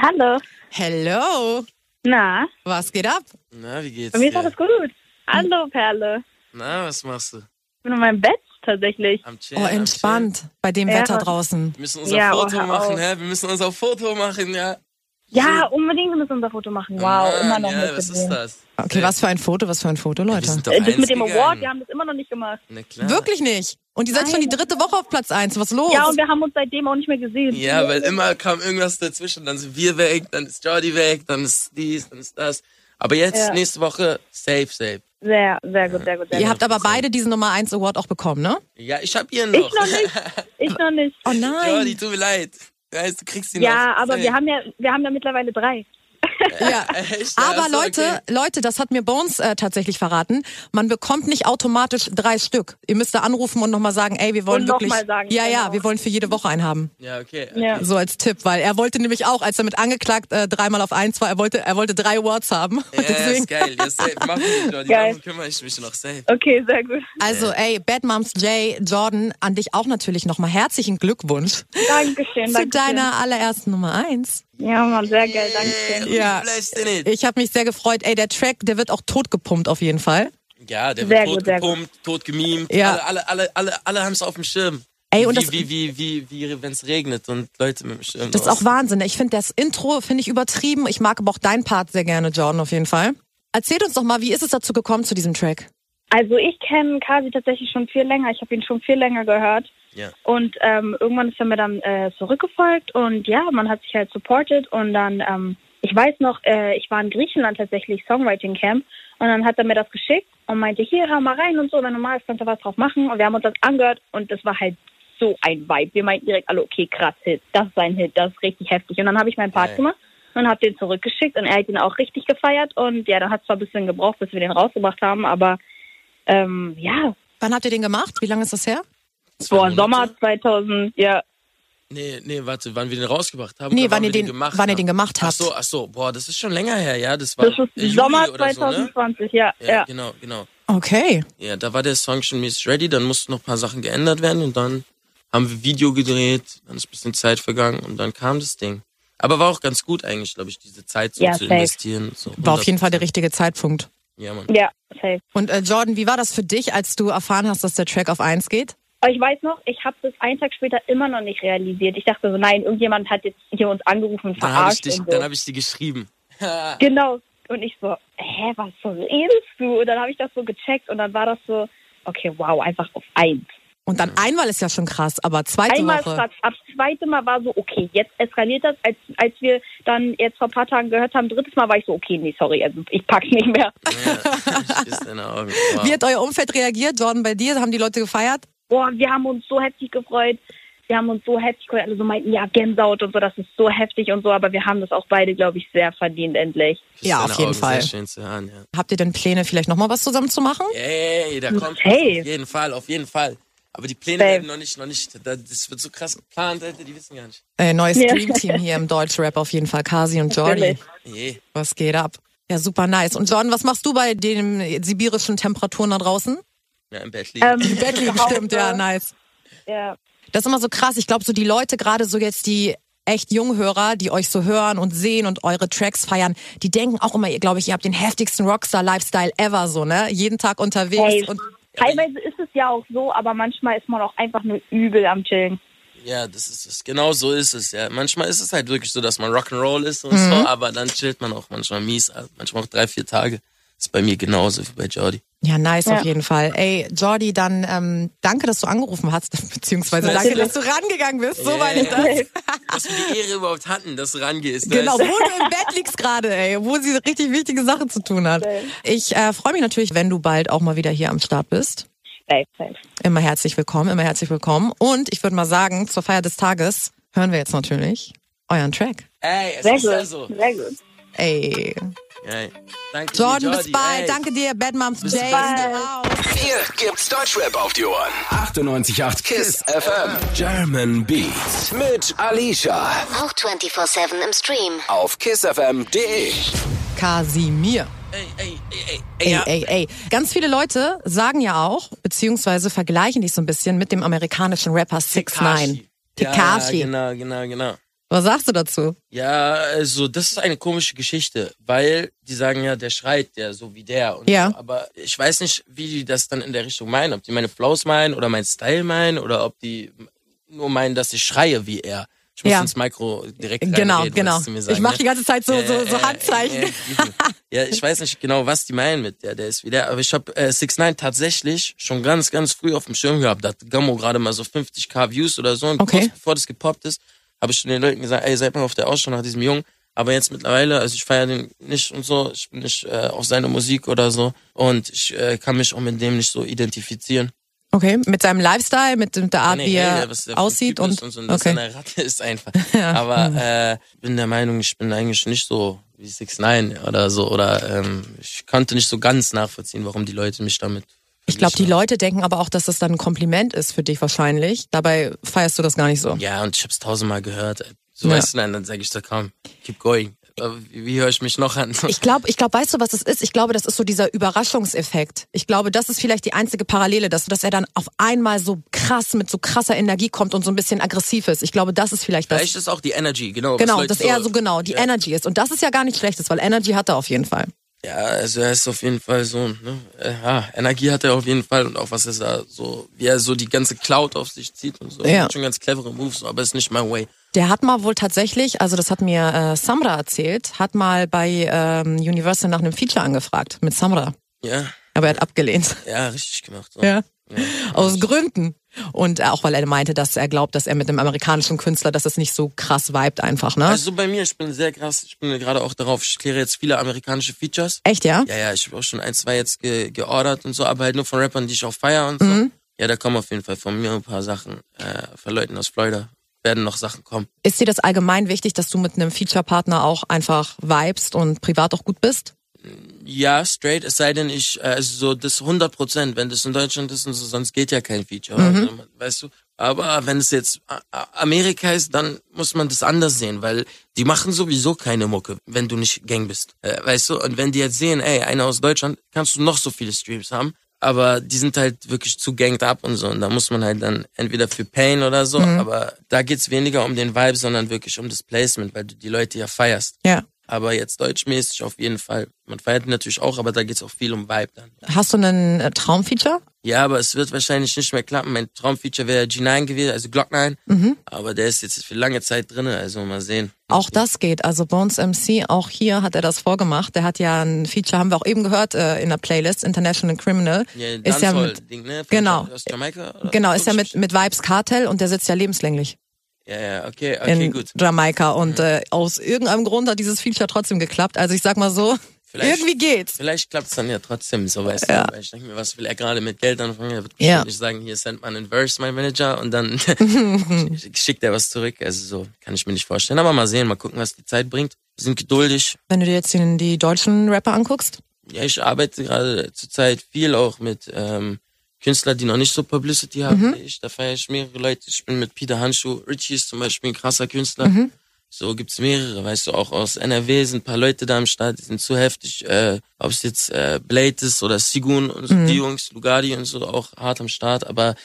E: Hallo.
C: Hello,
E: Na,
C: was geht ab?
D: Na, wie geht's
E: bei mir ist
D: dir?
E: alles gut. Hallo, Perle.
D: Na, was machst du?
E: Ich bin in meinem Bett tatsächlich.
D: Am Chillen,
C: Oh,
D: am Chillen.
C: entspannt bei dem
E: Ja.
C: Wetter draußen.
D: Wir müssen unser
E: Ja, oh,
D: Foto
E: hör
D: machen,
E: auf.
D: hä? Wir müssen unser Foto machen, ja.
E: Ja, unbedingt, wir müssen unser Foto machen. Wow,
D: Mann,
E: immer noch
D: Ah, ja,
E: nicht
D: was ist
E: gesehen.
D: das?
C: Okay, was für ein Foto, was für ein Foto,
D: Ja, wir
C: Leute.
D: sind doch
E: Äh, Das
D: eins
E: mit dem Award, wir
D: gegangen.
E: haben das immer noch nicht gemacht.
D: Na klar.
C: Wirklich nicht. Und ihr seid schon die dritte Woche auf Platz eins. Was los?
E: Ja, und wir haben uns seitdem auch nicht mehr gesehen.
D: Ja, weil immer kam irgendwas dazwischen. Dann sind wir weg, dann ist Jordi weg, dann ist dies, dann ist das. Aber jetzt,
E: Ja.
D: nächste Woche, safe, safe.
E: Sehr, sehr gut, sehr gut. Sehr
C: ihr
E: gut.
C: habt aber beide diesen Nummer eins Award auch bekommen, ne?
D: Ja, ich hab ihren noch.
E: Ich noch nicht. Ich noch nicht.
C: Oh nein.
D: Jordi, tut mir leid. Ja, du kriegst ihn
E: Ja,
D: noch.
E: aber
D: Safe.
E: wir haben ja, wir haben ja mittlerweile drei.
C: Ja.
D: Echt? Ja,
C: Aber
D: ist okay.
C: Leute, Leute, das hat mir Bones äh, tatsächlich verraten. Man bekommt nicht automatisch drei Stück. Ihr müsst da anrufen und nochmal sagen, ey, wir wollen
E: Und noch
C: wirklich.
E: mal sagen,
C: ja, ja,
E: genau.
C: wir wollen für jede Woche einen haben.
D: Ja, okay.
E: Ja.
C: So als Tipp, weil er wollte nämlich auch, als er mit angeklagt äh, dreimal auf eins war, er wollte, er wollte drei Awards haben. Und
D: Ja,
C: deswegen,
D: ist geil. Ja, safe. Mach mich, Jordi.
E: Geil.
D: Darum kümmere ich mich noch. Safe.
E: Okay, sehr gut.
C: also, ey, Bad Moms J, Jordan, an dich auch natürlich nochmal herzlichen Glückwunsch
E: Dankeschön,
C: zu
E: Dankeschön.
C: deiner allerersten Nummer eins.
E: Ja, Mann, sehr geil, Dankeschön.
C: Ja.
D: Du bleibst in it.
C: Ich habe mich sehr gefreut. Ey, der Track, der wird auch totgepumpt auf jeden Fall.
D: Ja, der
E: Sehr
D: wird
E: gut,
D: tot
E: sehr
D: gepumpt, tot gemimt.
C: Ja.
D: Alle, alle, alle, alle, alle haben es auf dem Schirm.
C: Ey, und
D: wie,
C: das-
D: wie, wie, wie, wie wenn es regnet und Leute mit dem Schirm.
C: Das ist auch Wahnsinn. Ich finde das Intro finde ich übertrieben. Ich mag aber auch deinen Part sehr gerne, Jordan, auf jeden Fall. Erzähl uns doch mal, wie ist es dazu gekommen zu diesem Track?
E: Also ich kenne Kasi tatsächlich schon viel länger. Ich habe ihn schon viel länger gehört.
D: Ja.
E: Und ähm, irgendwann ist er mir dann äh, zurückgefolgt und ja, man hat sich halt supported und dann, ähm, ich weiß noch, äh, ich war in Griechenland tatsächlich Songwriting Camp und dann hat er mir das geschickt und meinte, hier, hör mal rein und so, wenn du magst, kannst du was drauf machen und wir haben uns das angehört und das war halt so ein Vibe. Wir meinten direkt alle, okay, krass, Hit, das ist ein Hit, das ist richtig heftig. Und dann habe ich meinen Part
D: Geil.
E: gemacht und habe den zurückgeschickt und er hat ihn auch richtig gefeiert und ja, dann hat es zwar ein bisschen gebraucht, bis wir den rausgebracht haben, aber ähm, ja,
C: Wann habt ihr den gemacht? Wie lange ist das her?
D: Zwei
E: vor
D: Monate?
E: Sommer 2000, ja,
D: Nee, nee, warte, wann wir den rausgebracht haben?
C: Nee,
D: oder
C: wann
D: wir
C: ihr den- wann ihr den gemacht
D: Ach so, ach so, boah, das ist schon länger her, ja, das war
E: Das ist
D: Juli
E: Sommer
D: oder so, ne?
E: 2020, ja,
D: Ja,
E: ja.
D: genau, genau.
C: Okay.
D: Ja, da war der Song schon mäßig ready, dann mussten noch ein paar Sachen geändert werden und dann haben wir Video gedreht, dann ist ein bisschen Zeit vergangen und dann kam das Ding. Aber war auch ganz gut eigentlich, glaube ich, diese Zeit so
E: Ja,
D: zu
E: safe.
D: investieren. So
C: War auf jeden Fall der
D: 100%.
C: richtige Zeitpunkt.
D: Ja, Mann.
E: Ja, safe.
C: Und äh, Jordan, wie war das für dich, als du erfahren hast, dass der Track auf 1 geht?
E: Aber ich weiß noch, ich habe das einen Tag später immer noch nicht realisiert. Ich dachte so, nein, irgendjemand hat jetzt hier uns angerufen und
D: Dann habe ich,
E: verarscht
D: dich-
E: und
D: dann
E: so.
D: hab ich die geschrieben.
E: Genau. Und ich so, hä, was redest du? Und dann habe ich das so gecheckt und dann war das so, okay, wow, einfach auf eins.
C: Und dann einmal ist ja schon krass, aber zweite
E: Einmal
C: Woche.
E: Fratz, ab zweite Mal war so, okay, jetzt eskaliert das. Als, als wir dann jetzt vor ein paar Tagen gehört haben, drittes Mal war ich so, okay, nee, sorry, also ich pack's nicht mehr.
D: Ja, ich küsse deine Augen. Wow.
C: Wie hat euer Umfeld reagiert, Jordan, bei dir? Haben die Leute gefeiert?
E: boah, wir haben uns so heftig gefreut. Wir haben uns so heftig gefreut. Alle so meinten, ja, Gänsehaut und so, das ist so heftig und so. Aber wir haben das auch beide, glaube ich, sehr verdient endlich.
D: Küsse
C: Ja,
D: deine
C: auf jeden
D: Augen,
C: Fall.
D: Sehr schön zu hören, ja.
C: Habt ihr denn Pläne, vielleicht nochmal was zusammen zu machen?
D: Ey, da kommt
E: Safe.
D: auf jeden Fall, auf jeden Fall. Aber die Pläne
E: Hm, Safe.
D: werden noch nicht, noch nicht. Da- Das wird so krass geplant, Alter, die wissen gar nicht.
C: Äh, neues
E: Ja.
C: Dreamteam hier im Deutschrap auf jeden Fall. Kasi und Jordi.
E: Natürlich.
D: Nee.
C: Was geht ab? Ja, super nice. Und Jordan, was machst du bei den sibirischen Temperaturen da draußen?
D: Ja, im Bett liegen.
E: Ähm,
C: Bett liegen,
E: zu Hause,
C: stimmt, ja, nice.
E: ja.
C: Das ist immer so krass. Ich glaube, so die Leute, gerade so jetzt die echt Junghörer, die euch so hören und sehen und eure Tracks feiern, die denken auch immer, ihr glaube ich, ihr habt den heftigsten Rockstar-Lifestyle ever, so, ne? Jeden Tag unterwegs.
E: Ey,
C: Und
E: teilweise ist es ja auch so, aber manchmal ist man auch einfach nur übel am Chillen.
D: Ja, das ist es. Genau so ist es, ja. Manchmal ist es halt wirklich so, dass man Rock'n'Roll ist und
E: Mhm.
D: so, aber dann chillt man auch manchmal mies, also manchmal auch drei, vier Tage. Ist bei mir genauso wie bei Jordi.
C: ja, nice
E: Ja.
C: auf jeden Fall. Ey, Jordi, dann ähm, danke, dass du angerufen hast, beziehungsweise danke, dass du rangegangen bist. So meine ich das.
D: Dass wir die Ehre überhaupt hatten, dass du rangehst. ne?
C: Genau, wo du im Bett liegst gerade, ey, wo sie richtig wichtige Sachen zu tun hat. Ich äh, freue mich natürlich, wenn du bald auch mal wieder hier am Start bist.
E: Safe, safe.
C: Immer herzlich willkommen, immer herzlich willkommen. Und ich würde mal sagen, zur Feier des Tages hören wir jetzt natürlich euren Track.
D: Ey, es
E: Sehr
D: ist also ja so.
E: gut, sehr gut.
C: Ey.
D: Ey, danke dir,
C: Jordan, bis
D: Jordi,
C: bald.
D: ey.
C: Danke dir, Bad Moms
D: Bis
C: Jay.
D: bald.
A: Hier gibt's Deutschrap auf die Ohren. 98.8 KISS FM. German Beats. Mit Alicia.
B: Auch 24-7 im Stream.
A: Auf kissfm.de.
C: Kasimir.
D: Ey, ey, ey, ey, ey,
C: Ey,
D: ja.
C: ey, ey. Ganz viele Leute sagen ja auch, beziehungsweise vergleichen dich so ein bisschen mit dem amerikanischen Rapper 6 9
D: Ja,
C: Tekashi.
D: genau, genau, genau.
C: Was sagst du dazu?
D: Ja, also das ist eine komische Geschichte, weil die sagen ja, der schreit ja so wie der. Und
C: Ja.
D: So, aber ich weiß nicht, wie die das dann in der Richtung meinen. Ob die meine Flows meinen oder mein Style meinen oder ob die nur meinen, dass ich schreie wie er. Ich muss
C: Ja.
D: ins Mikro direkt
C: Genau,
D: reinreden,
C: genau.
D: wolltest du mir sagen,
C: ich mache
D: ne?
C: die ganze Zeit halt so, so, so
D: Äh,
C: Handzeichen.
D: äh, äh, ja, ich weiß nicht genau, was die meinen mit der, der ist wieder. Aber ich habe äh, 6 9 tatsächlich schon ganz, ganz früh auf dem Schirm gehabt. Da hat Gammo gerade mal so 50k Views oder so. Und
C: Okay.
D: kurz bevor das gepoppt ist, habe ich schon den Leuten gesagt, ey, seid mal auf der Ausschau nach diesem Jungen. Aber jetzt mittlerweile, also ich feiere den nicht und so, ich bin nicht äh, auf seine Musik oder so. Und ich äh, kann mich auch mit dem nicht so identifizieren.
C: Okay, mit seinem Lifestyle, mit, mit der Art, Ah, wie er
D: was der für ein
C: aussieht
D: Typ
C: und,
D: ist und so, und dass er
C: okay.
D: eine Ratte ist einfach. Aber äh, bin der Meinung, ich bin eigentlich nicht so wie 6 9 oder so oder ähm, ich konnte nicht so ganz nachvollziehen, warum die Leute mich damit.
C: Ich glaube, die
D: verglichen
C: Leute denken aber auch, dass das dann ein Kompliment ist für dich wahrscheinlich. Dabei feierst du das gar nicht so.
D: haben. Ja, und ich hab's tausendmal gehört. ey. So
C: Ja.
D: weißt du, nein, dann sage ich so, komm, keep going. Aber Wie, wie höre ich mich noch an?
C: Ich glaube, ich glaube, weißt du, was das ist? Ich glaube, das ist so dieser Überraschungseffekt. Ich glaube, das ist vielleicht die einzige Parallele, dass, dass er dann auf einmal so krass mit so krasser Energie kommt und so ein bisschen aggressiv ist. Ich glaube, das ist vielleicht das.
D: Vielleicht ist auch die Energy, genau. was
C: Genau,
D: Leute
C: dass er so genau die
D: ja.
C: Energy ist. Und das ist ja gar nicht schlechtes, weil Energy hat er auf jeden Fall.
D: Ja, also er ist auf jeden Fall so, ne? äh, Ja, Energie hat er auf jeden Fall und auch was ist da so, wie er so die ganze Cloud auf sich zieht und so.
C: Ja.
D: Schon ganz clevere Moves, aber ist nicht my way.
C: Der hat mal wohl tatsächlich, also das hat mir äh, Samra erzählt, hat mal bei ähm, Universal nach einem Feature angefragt mit Samra.
D: Ja,
C: Aber er hat abgelehnt.
D: ja, richtig gemacht. So.
C: Ja. Aus Gründen. Und äh, auch weil er meinte, dass er glaubt, dass er mit einem amerikanischen Künstler, dass das nicht so krass vibet einfach, ne?
D: Also so bei mir, ich bin sehr krass, ich bin gerade auch darauf, ich kläre jetzt viele amerikanische Features.
C: Echt, ja?
D: Ja, ja, ich habe auch schon ein, zwei jetzt ge geordert und so, aber halt nur von Rappern, die ich auch feier und so. Ja, da kommen auf jeden Fall von mir ein paar Sachen. Äh, von Leuten aus Florida werden noch Sachen kommen.
C: Ist dir das allgemein wichtig, dass du mit einem Feature-Partner auch einfach vibest und privat auch gut bist?
D: Ja, straight, es sei denn, ich, äh, also so das 100 Prozent, wenn das in Deutschland ist und so, sonst geht ja kein Feature, also, man- weißt du. Aber wenn es jetzt A- A- Amerika ist, dann muss man das anders sehen, weil die machen sowieso keine Mucke, wenn du nicht Gang bist, äh, weißt du. Und wenn die jetzt sehen, ey, einer aus Deutschland, kannst du noch so viele Streams haben, aber die sind halt wirklich zu ganged up und so. Und da muss man halt dann entweder für Pain oder so, aber da geht's weniger um den Vibe, sondern wirklich um das Placement, weil du die Leute ja feierst.
C: Ja.
D: Aber jetzt deutschmäßig auf jeden Fall. Man feiert natürlich auch, aber da geht's auch viel um Vibe dann.
C: Hast du einen äh, Traumfeature?
D: Ja, aber es wird wahrscheinlich nicht mehr klappen. Mein Traumfeature wäre G9 gewesen, also Glock 9.
C: Mhm.
D: Aber der ist jetzt für lange Zeit drinne, also mal sehen.
C: Auch das geht. Also Bones MC, auch hier hat er das vorgemacht. Der hat ja ein Feature, haben wir auch eben gehört, äh, in der Playlist, International Criminal.
D: Ja,
C: ist ja mit,
D: Dancehall-Ding, ne? Von
C: genau.
D: Aus Jamaika? oder?
C: Genau, ist ja mit, mit Vibes Cartel und der sitzt ja lebenslänglich
D: Ja, ja, okay, okay,
C: in
D: gut. Mhm.
C: Jamaika. Und äh, aus irgendeinem Grund hat dieses Feature trotzdem geklappt. Also ich sag mal so,
D: Vielleicht-
C: irgendwie geht's.
D: Vielleicht klappt's dann ja trotzdem, so weißt du. Weil Ich denke mir, was will er gerade mit Geld anfangen? Er wird bestimmt
C: Ja.
D: nicht sagen, hier send man einen Verse, mein Manager, und dann schickt er was zurück. Also so kann ich mir nicht vorstellen. Aber mal sehen, mal gucken, was die Zeit bringt. Wir sind geduldig.
C: Wenn du dir jetzt den, die deutschen Rapper anguckst,
D: Ja, ich arbeite gerade zurzeit viel auch mit ähm, Künstlern, die noch nicht so Publicity haben wie ich. Da feiere ich mehrere Leute. Ich bin mit Peter Handschuh. Richie ist zum Beispiel ein krasser Künstler. So gibt's mehrere, weißt du, auch aus NRW sind ein paar Leute da am Start, die sind zu heftig. Äh, Ob es jetzt äh, Blade ist oder Sigun und so, die Jungs, Lugadi und so, auch hart am Start. Aber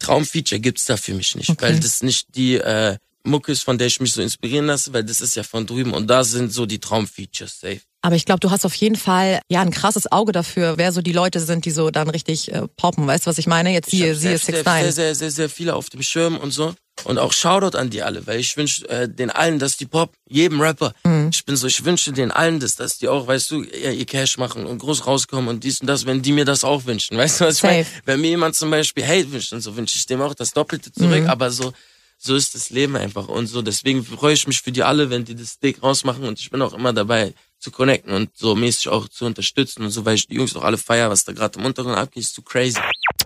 D: Traumfeature gibt's da für mich nicht, weil das nicht die äh, Mucke ist, von der ich mich so inspirieren lasse, weil das ist ja von drüben. Und da sind so die Traumfeatures safe.
C: aber ich glaube, du hast auf jeden Fall ja ein krasses Auge dafür, wer so die Leute sind, die so dann richtig äh, poppen. Weißt du, was ich meine? Jetzt
D: Ich
C: hier,
D: hab
C: siehe
D: sehr, sehr,
C: 6ix9ine.
D: sehr, sehr, sehr viele auf dem Schirm und so. Und auch Shoutout an die alle, weil ich wünsche äh, den allen, dass die Pop, jedem Rapper,
C: Mhm.
D: ich bin so, ich wünsche den allen das, dass die auch, weißt du, ihr, ihr Cash machen und groß rauskommen und dies und das, wenn die mir das auch wünschen. Weißt du, was ich
C: Safe.
D: meine? Wenn mir jemand zum Beispiel Hate wünscht und so, wünsche ich dem auch das Doppelte zurück,
C: Mhm.
D: aber so, so ist das Leben einfach und so. Deswegen freue ich mich für die alle, wenn die das Dick rausmachen und ich bin auch immer dabei zu connecten und so mäßig auch zu unterstützen und so, weil ich die Jungs auch alle feier, was da gerade im Untergrund abgeht, ist zu crazy.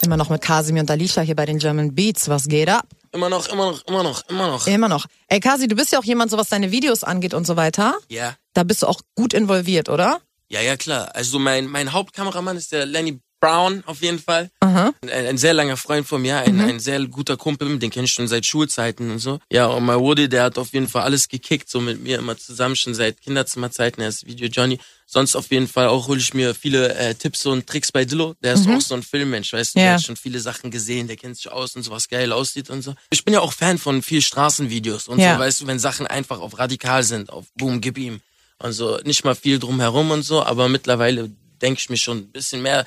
C: Immer noch mit Kasimir und Alicia hier bei den German Beats. Was geht ab?
D: Immer noch, immer noch, immer noch, immer noch.
C: Immer noch. Ey, Kasi, du bist ja auch jemand, so was deine Videos angeht und so weiter.
D: Ja.
C: Da bist du auch gut involviert, oder?
D: Ja, ja, klar. Also mein, mein Hauptkameramann ist der Lenny Brown auf jeden Fall. Ein, ein sehr langer Freund von mir, ein, ein sehr guter Kumpel, den kenne ich schon seit Schulzeiten und so. Ja, und mein Woody, der hat auf jeden Fall alles gekickt, so mit mir immer zusammen, schon seit Kinderzimmerzeiten, er ist Video Johnny. Sonst auf jeden Fall auch hole ich mir viele äh, Tipps und Tricks bei Dillo. Der ist auch so ein Filmmensch, weißt du,
C: Ja.
D: der hat schon viele Sachen gesehen, der kennt sich aus und so, was geil aussieht und so. Ich bin ja auch Fan von viel Straßenvideos und
C: Ja.
D: so, weißt du, wenn Sachen einfach auf radikal sind, auf Boom, gib ihm. Und so, nicht mal viel drumherum und so, aber mittlerweile denke ich mir schon ein bisschen mehr,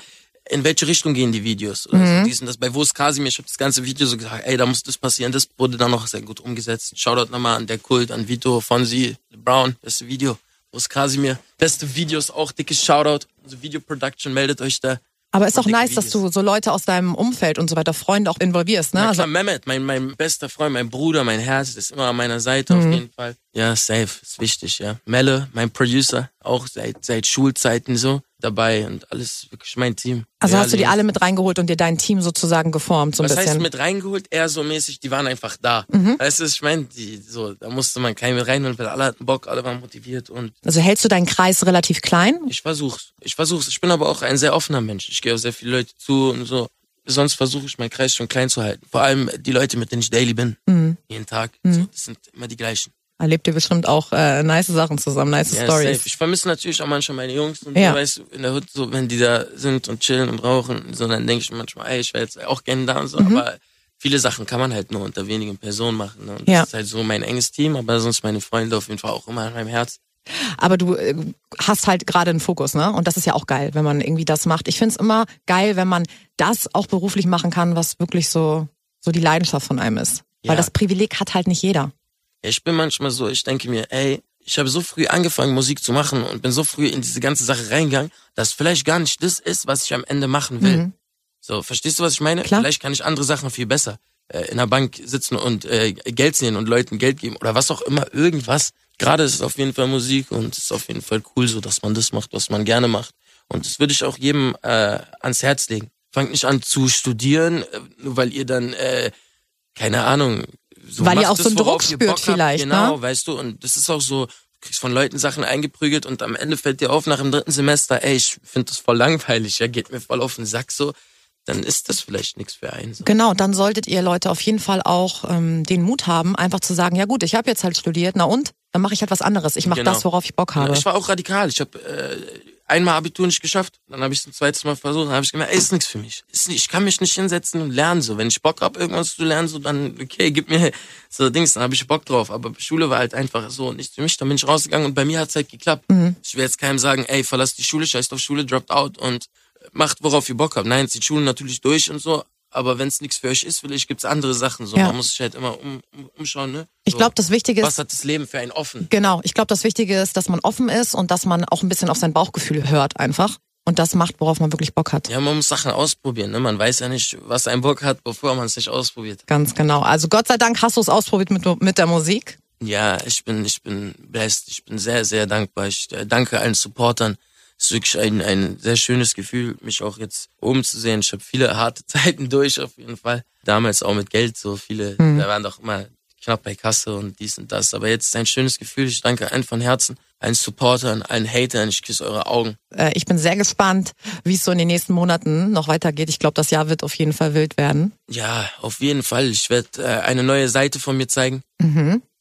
D: in welche Richtung gehen die Videos oder
C: Mhm.
D: so, dies und das. Bei Wo ist Kasimir? Ich habe das ganze Video so gesagt, ey, da muss das passieren, das wurde dann noch sehr gut umgesetzt. Shoutout nochmal an der Kult, an Vito, Fonsi, Brown, das Video. Wo ist Kasimir? Beste Videos auch, dickes Shoutout. Also Video Production, meldet euch da.
C: Aber ist auch
D: dicke
C: nice, dass
D: Videos.
C: du so Leute aus deinem Umfeld und so weiter, Freunde auch involvierst, ne?
D: Na
C: Also,
D: klar, Mehmet, mein, mein bester Freund, mein Bruder, mein Herz, ist immer an meiner Seite
C: Mhm.
D: auf jeden Fall. Ja, safe, ist wichtig, ja. Melle, mein Producer, auch seit, seit Schulzeiten so dabei und alles wirklich mein Team.
C: also
D: ja,
C: hast du die
D: Linus.
C: alle mit reingeholt und dir dein Team sozusagen geformt, so ein
D: Was
C: bisschen. Mhm.
D: heißt mit reingeholt? Eher so mäßig, die waren einfach da. Weißt du, ich meine, die, so, da musste man keinen mit reinholen, weil alle hatten Bock, alle waren motiviert und
C: also hältst du deinen Kreis relativ klein?
D: ich versuch's. Ich versuch's. Ich bin aber auch ein sehr offener Mensch. Ich gehe auf sehr viele Leute zu und so. Sonst versuche ich meinen Kreis schon klein zu halten. Vor allem die Leute, mit denen ich daily bin.
C: Mhm.
D: Jeden Tag. So, das sind immer die gleichen.
C: Erlebt ihr bestimmt auch äh, nice Sachen zusammen, nice
D: Ja,
C: Stories.
D: safe. Ich vermisse natürlich auch manchmal meine Jungs und
C: Ja.
D: so, weißt du, in der Hut, so, wenn die da sind und chillen und rauchen, und so, dann denke ich mir manchmal, ey, ich wäre jetzt auch gerne da und
C: Mhm.
D: so, aber viele Sachen kann man halt nur unter wenigen Personen machen. Ne? Und
C: Ja.
D: Das ist halt so mein enges Team, aber sonst meine Freunde auf jeden Fall auch immer in meinem Herz.
C: Aber du äh, hast halt gerade einen Fokus, ne? Und das ist ja auch geil, wenn man irgendwie das macht. Ich find's immer geil, wenn man das auch beruflich machen kann, was wirklich so, so die Leidenschaft von einem ist.
D: Ja.
C: Weil das Privileg hat halt nicht jeder.
D: Ja, ich bin manchmal so, ich denke mir, ey, ich habe so früh angefangen, Musik zu machen und bin so früh in diese ganze Sache reingegangen, dass vielleicht gar nicht das ist, was ich am Ende machen will. So, verstehst du, was ich meine?
C: Klar.
D: Vielleicht kann ich andere Sachen viel besser. Äh, in der Bank sitzen und äh, Geld sehen und Leuten Geld geben oder was auch immer, irgendwas. Gerade ist es auf jeden Fall Musik und es ist auf jeden Fall cool, so dass man das macht, was man gerne macht. Und das würde ich auch jedem äh, ans Herz legen. Fangt nicht an zu studieren, äh, nur weil ihr dann, äh, keine Ahnung, so
C: Weil ihr
D: macht
C: auch
D: das,
C: so einen
D: worauf
C: Druck
D: ihr
C: spürt
D: Bock habt,
C: vielleicht, ne?
D: Genau, weißt du, und das ist auch so, du kriegst von Leuten Sachen eingeprügelt und am Ende fällt dir auf nach dem dritten Semester, ey, ich finde das voll langweilig, ja, geht mir voll auf den Sack so, dann ist das vielleicht nichts für einen. So.
C: Genau, dann solltet ihr Leute auf jeden Fall auch ähm, den Mut haben, einfach zu sagen, ja gut, ich habe jetzt halt studiert, na und? Dann mache ich halt was anderes. Ich mache
D: Genau.
C: das, worauf ich Bock habe.
D: Ich war auch radikal, ich habe äh, einmal Abitur nicht geschafft, dann habe ich es ein zweites Mal versucht, dann habe ich gemerkt, ey, ist nichts für mich. Ist nicht, ich kann mich nicht hinsetzen und lernen so, wenn ich Bock hab, irgendwas zu lernen so, dann okay, gib mir so Dings, dann habe ich Bock drauf, aber Schule war halt einfach so nicht für mich, dann bin ich rausgegangen und bei mir hat's halt geklappt.
C: Mhm.
D: Ich will jetzt keinem sagen, ey, verlass die Schule, scheiß auf Schule, dropped out und macht, worauf ihr Bock habt. Nein, zieht Schulen natürlich durch und so, aber wenn's nichts für euch ist, vielleicht gibt's andere Sachen so,
C: Ja.
D: man muss sich halt immer um, um, umschauen, ne?
C: Ich
D: So,
C: glaube, das Wichtige ist,
D: was hat das Leben für einen offen?
C: Genau, ich glaube, das Wichtige ist, dass man offen ist und dass man auch ein bisschen auf sein Bauchgefühl hört einfach und das macht, worauf man wirklich Bock hat.
D: Ja, man muss Sachen ausprobieren. Ne? Man weiß ja nicht, was ein Bock hat, bevor man es nicht ausprobiert.
C: Ganz genau. Also Gott sei Dank hast du es ausprobiert mit, mit der Musik.
D: Ja, ich bin, ich bin blessed. Ich bin sehr, sehr dankbar. Ich äh, danke allen Supportern. Es ist wirklich ein, ein sehr schönes Gefühl, mich auch jetzt oben zu sehen. Ich habe viele harte Zeiten durch, auf jeden Fall. Damals auch mit Geld, so viele, da waren doch immer knapp bei Kasse und dies und das. Aber jetzt ist ein schönes Gefühl. Ich danke allen von Herzen, allen Supportern, allen Hatern. Ich küsse eure Augen.
C: Äh, Ich bin sehr gespannt, wie es so in den nächsten Monaten noch weitergeht. Ich glaube, das Jahr wird auf jeden Fall wild werden.
D: Ja, auf jeden Fall. Ich werde äh, eine neue Seite von mir zeigen. Auf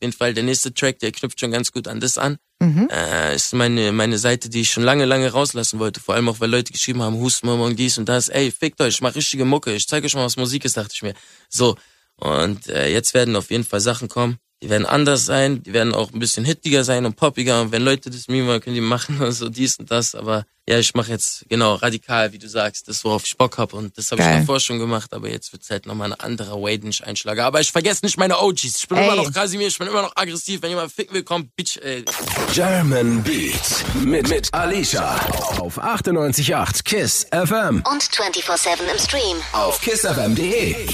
D: jeden Fall der nächste Track, der knüpft schon ganz gut an das an. Äh, ist meine, meine Seite, die ich schon lange, lange rauslassen wollte. Vor allem auch, weil Leute geschrieben haben, Hustmama und dies und das. Ey, fickt euch, ich mach richtige Mucke. Ich zeige euch mal, was Musik ist, dachte ich mir. So, und äh, jetzt werden auf jeden Fall Sachen kommen. Die werden anders sein, die werden auch ein bisschen hittiger sein und poppiger. Und wenn Leute das Meme wollen, können die machen und so dies und das. Aber ja, ich mache jetzt genau radikal, wie du sagst, das, worauf ich Bock hab Und das habe ich
C: Geil.
D: davor schon gemacht, aber jetzt wird's halt nochmal ein anderer Way, den ich einschlage. Aber ich vergesse nicht meine OGs. Ich bin
C: Ey.
D: immer noch Kasimir, ich bin immer noch aggressiv. Wenn jemand ficken will, komm, Bitch, ey.
A: German Beat mit, mit Alicia auf 98.8 KISS FM
B: Und 24-7 im Stream.
A: auf kissfm.de.